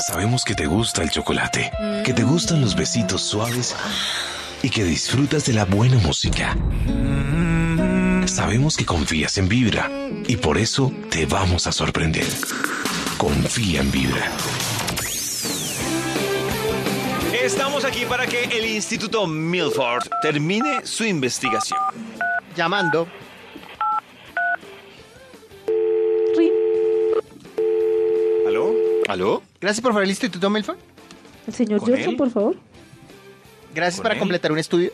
Sabemos que te gusta el chocolate, que te gustan los besitos suaves y que disfrutas de la buena música. Sabemos que confías en Vibra y por eso te vamos a sorprender. Confía en Vibra. Estamos aquí para que el Instituto Milford termine su investigación. Llamando. ¿Aló? ¿Aló? Gracias por favor, el Instituto Milford. El señor ¿Con Johnson, él? por favor. Gracias ¿Con para él? completar un estudio.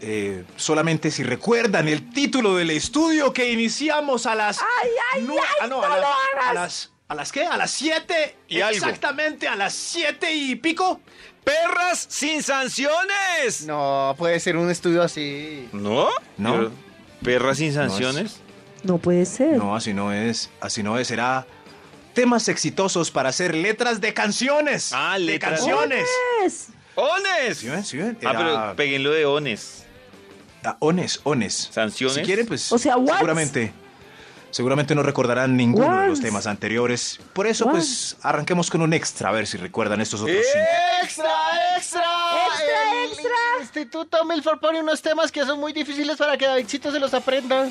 Eh, solamente si recuerdan el título del estudio que iniciamos a las... ¡Ay, ay, ah, no, a, las, a las... ¿A las qué? ¿A las 7? Y algo. Exactamente, a las 7 y pico. ¡Perras sin sanciones! No, puede ser un estudio así. ¿No? No. Pero, ¿Perras sin es- sanciones? No puede ser. No, así no es. Así no es. Será temas exitosos para hacer letras de canciones. Ah, letras. De canciones. Es. ¡Ones! ¿Sí ven? ¿Sí ven? Ah, pero peguenlo de ones. Ah, ones, ones. ¿Sanciones? Si quieren, pues. O sea, what? seguramente. Seguramente no recordarán ninguno de los What? temas anteriores. Por eso, What? pues, arranquemos con un extra, a ver si recuerdan estos otros Eh. cinco. ¡Extra, extra! ¡Extra, extra! El Instituto Milford pone unos temas que son muy difíciles para que Davidcito se los aprenda.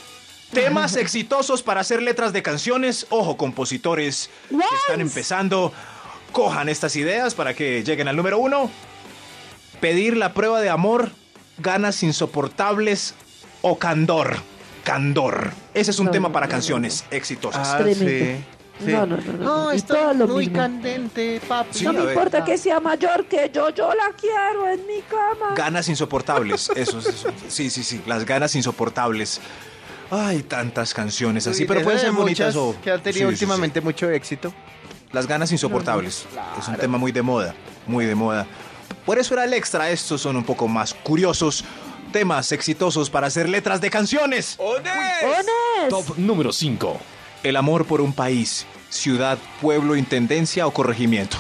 Temas exitosos para hacer letras de canciones. Ojo, compositores What? que están empezando. Cojan estas ideas para que lleguen al número uno. Pedir la prueba de amor, ganas insoportables o candor. Candor. Ese es un No, tema no, para no, no, canciones exitosas. Tremendo. sí, sí. No, no, no, no. No, y esto todo es lo muy mismo. candente, papi. Sí, no a me ver. ah. importa que sea mayor que yo, yo la quiero en mi cama. Ganas insoportables. Eso, es- eso. Sí, sí, sí. Las ganas insoportables. Hay tantas canciones así, Uy, pero de pueden esas ser de bonitas muchas o. que han tenido Sí, sí, sí. últimamente mucho éxito. Las ganas insoportables. Es un tema muy de moda, muy de moda. Por eso era el extra, estos son un poco más curiosos, temas exitosos para hacer letras de canciones. ¡Ones! ¡Ones! Top número 5. El amor por un país, ciudad, pueblo, intendencia o corregimiento.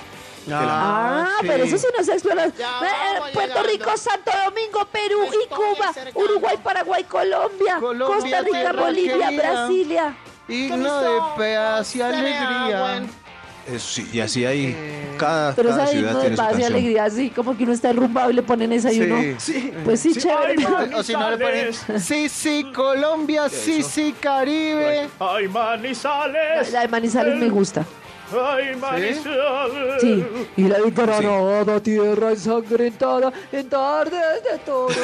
Ah, pero eso sí no se explora. Ya Eh, vamos Puerto llegando. Rico, Santo Domingo, Perú y Estoy Cuba, cercano. Uruguay, Paraguay, Colombia, Colombia, Costa Rica, tierra Bolivia, querida. Brasilia. Himno de paz y alegría. Eso sí, y así hay. Eh, Cada, Pero cada esa ciudad himno de tiene su paz y canción. alegría, así como que uno está arrumbado y le ponen esa y uno. Sí. Pues sí, chévere. ¿no? O- O si no le ponen. Sí, sí, Colombia, sí, sí, Caribe. Ay, La, manizales. la de Manizales me gusta. Ay, manizales. Sí. Y la de Coronada, tierra ensangrentada, en tardes de toro.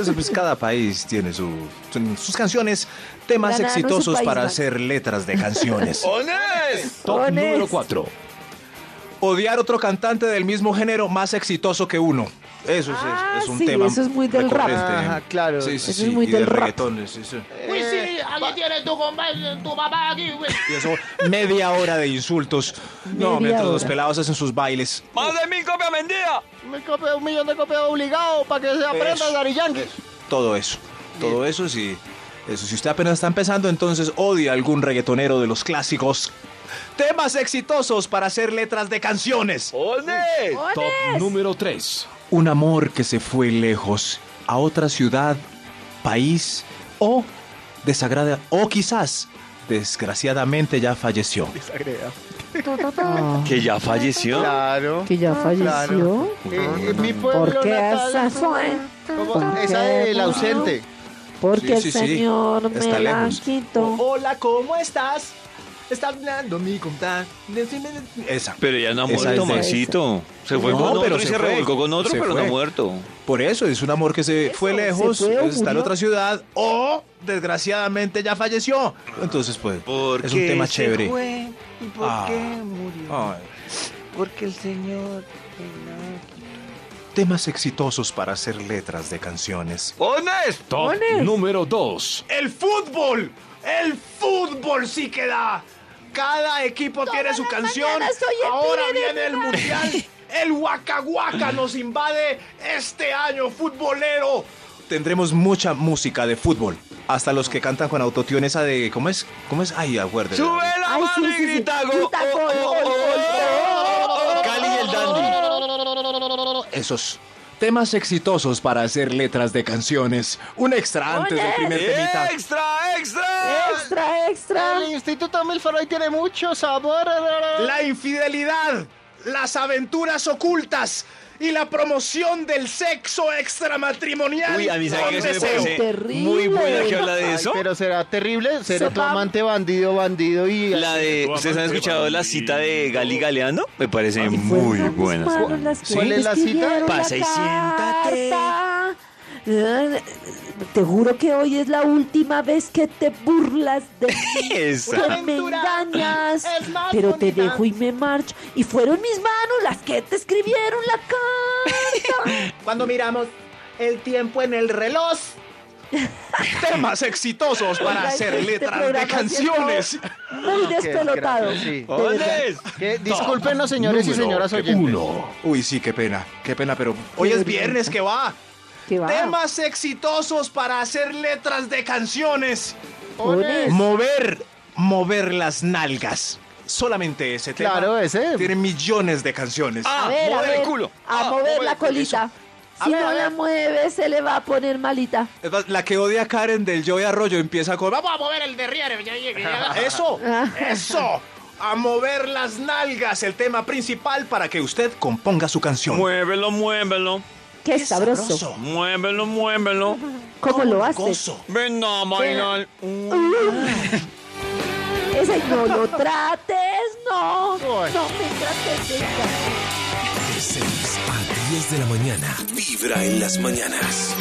Eso, pues, cada país tiene su, su- sus canciones, temas Ganaron su exitosos país, para Max. hacer letras de canciones. ¡Ones! Top Ones. número 4. Odiar otro cantante del mismo género más exitoso que uno. Eso es, Ah, es un sí, tema. eso es muy del rap. recurrente. Ajá, claro. Sí, sí, Eso sí, es muy y del del rap. reggaetón. sí, sí. Eh, Y eso, media hora de insultos. Media no, mientras los hora. pelados hacen sus bailes. ¡Más de mil copias vendidas! me copia un millón de copias obligado para que se aprenda Eso, Dari Yankee. Todo eso. Todo eso, sí. Eso, si usted apenas está empezando, entonces odia algún reggaetonero de los clásicos. Temas exitosos para hacer letras de canciones. ¡Ones! Top número 3. Un amor que se fue lejos a otra ciudad, país o desagrada o quizás desgraciadamente ya falleció. ¿Que ya falleció? Claro. Que ya falleció. Eh, eh, mi pueblo ¿Por qué natal. esa fue? ¿Cómo? ¿Por Esa qué del fue? ausente. Sí, Porque sí, el sí. Señor Está me la lejos. quitó. Hola, ¿cómo estás? Está hablando mi compadre. Esa. Pero ya no ha Esa muerto, es de- Maxito. Se fue No, con pero otro y se se fue. revolcó con otro, Se pero no fue. ha muerto. Por eso es un amor que se fue se lejos, fue o está en murió. otra ciudad o desgraciadamente ya falleció. Entonces, pues, es un tema chévere. ¿Y por Ah. qué murió? Ay. Porque el Señor... eh, Temas exitosos para hacer letras de canciones. ¡Ones! Top Ones. número 2. ¡El fútbol! ¡El fútbol sí que da! Cada equipo tiene su canción. mañanas soy el Ahora Tigre de viene el mundial. El Waka Waka nos invade este año futbolero. Tendremos mucha música de fútbol. Hasta los que cantan con autotune esa de. ¿Cómo es? ¿Cómo es? Ay, acuérdate. ¡Sube la Ay, mano sí, y sí, sí. grita go! Grita Oh, gol, oh, gol, oh, gol, oh, oh, oh. Cali y el dandy. Esos temas exitosos para hacer letras de canciones. Un extra antes del primer temita. ¡Extra, extra! extra, extra. El Instituto Milford hoy tiene mucho sabor. La infidelidad, las aventuras ocultas y la promoción del sexo extramatrimonial. Uy, a mí sabe con que se me deseo. parece Terrible. muy buena que habla de Ay, eso. pero será terrible, será tu Sepa- amante bandido, bandido y... La de. ¿Ustedes han escuchado la cita de Gali Galeano? Me parece Y muy fueron buena. mis manos Fernanda. las que ¿Cuál es la cita? escribieron Pasa y siéntate. carta. Eh, Te juro que hoy es la última vez que te burlas de mí. Esa. que me engañas, Es más pero te bonita. dejo y me marcho. Y fueron mis manos las que te escribieron la carta. Cuando miramos el tiempo en el reloj. Temas exitosos para Oiga, hacer este letras de programa canciones. siendo Muy despelotado. Ah, desgracia, sí. De verdad. ¡Oles! Que, discúlpenos, señores y señoras oyentes. Uno. Uy, sí, qué pena, qué pena, pero hoy es viernes, ¿qué va? ¿Qué va? Temas exitosos para hacer letras de canciones. Oles. Mover, mover las nalgas. Solamente ese tema. Claro, ese. Tiene millones de canciones. A Ah, ver, a mover el ver, culo. A Ah, mover mover la el culo, colita. Si ver, no a la ver. mueve, se le va a poner malita. Es más, La que odia a Karen del Joey Arroyo empieza con ¡Vamos a mover el derriere! ya llegué, ya". ¡Eso! ¡Eso! A mover las nalgas, el tema principal para que usted componga su canción. Muévelo, muévelo. Qué, ¡Qué sabroso. Muévelo, muévelo. ¿Cómo lo haces? Gozo. Ven a bailar. Esa y no lo trates, no. Ay. No me trates de esta. De 6 a 10 de la mañana. Vibra en las mañanas.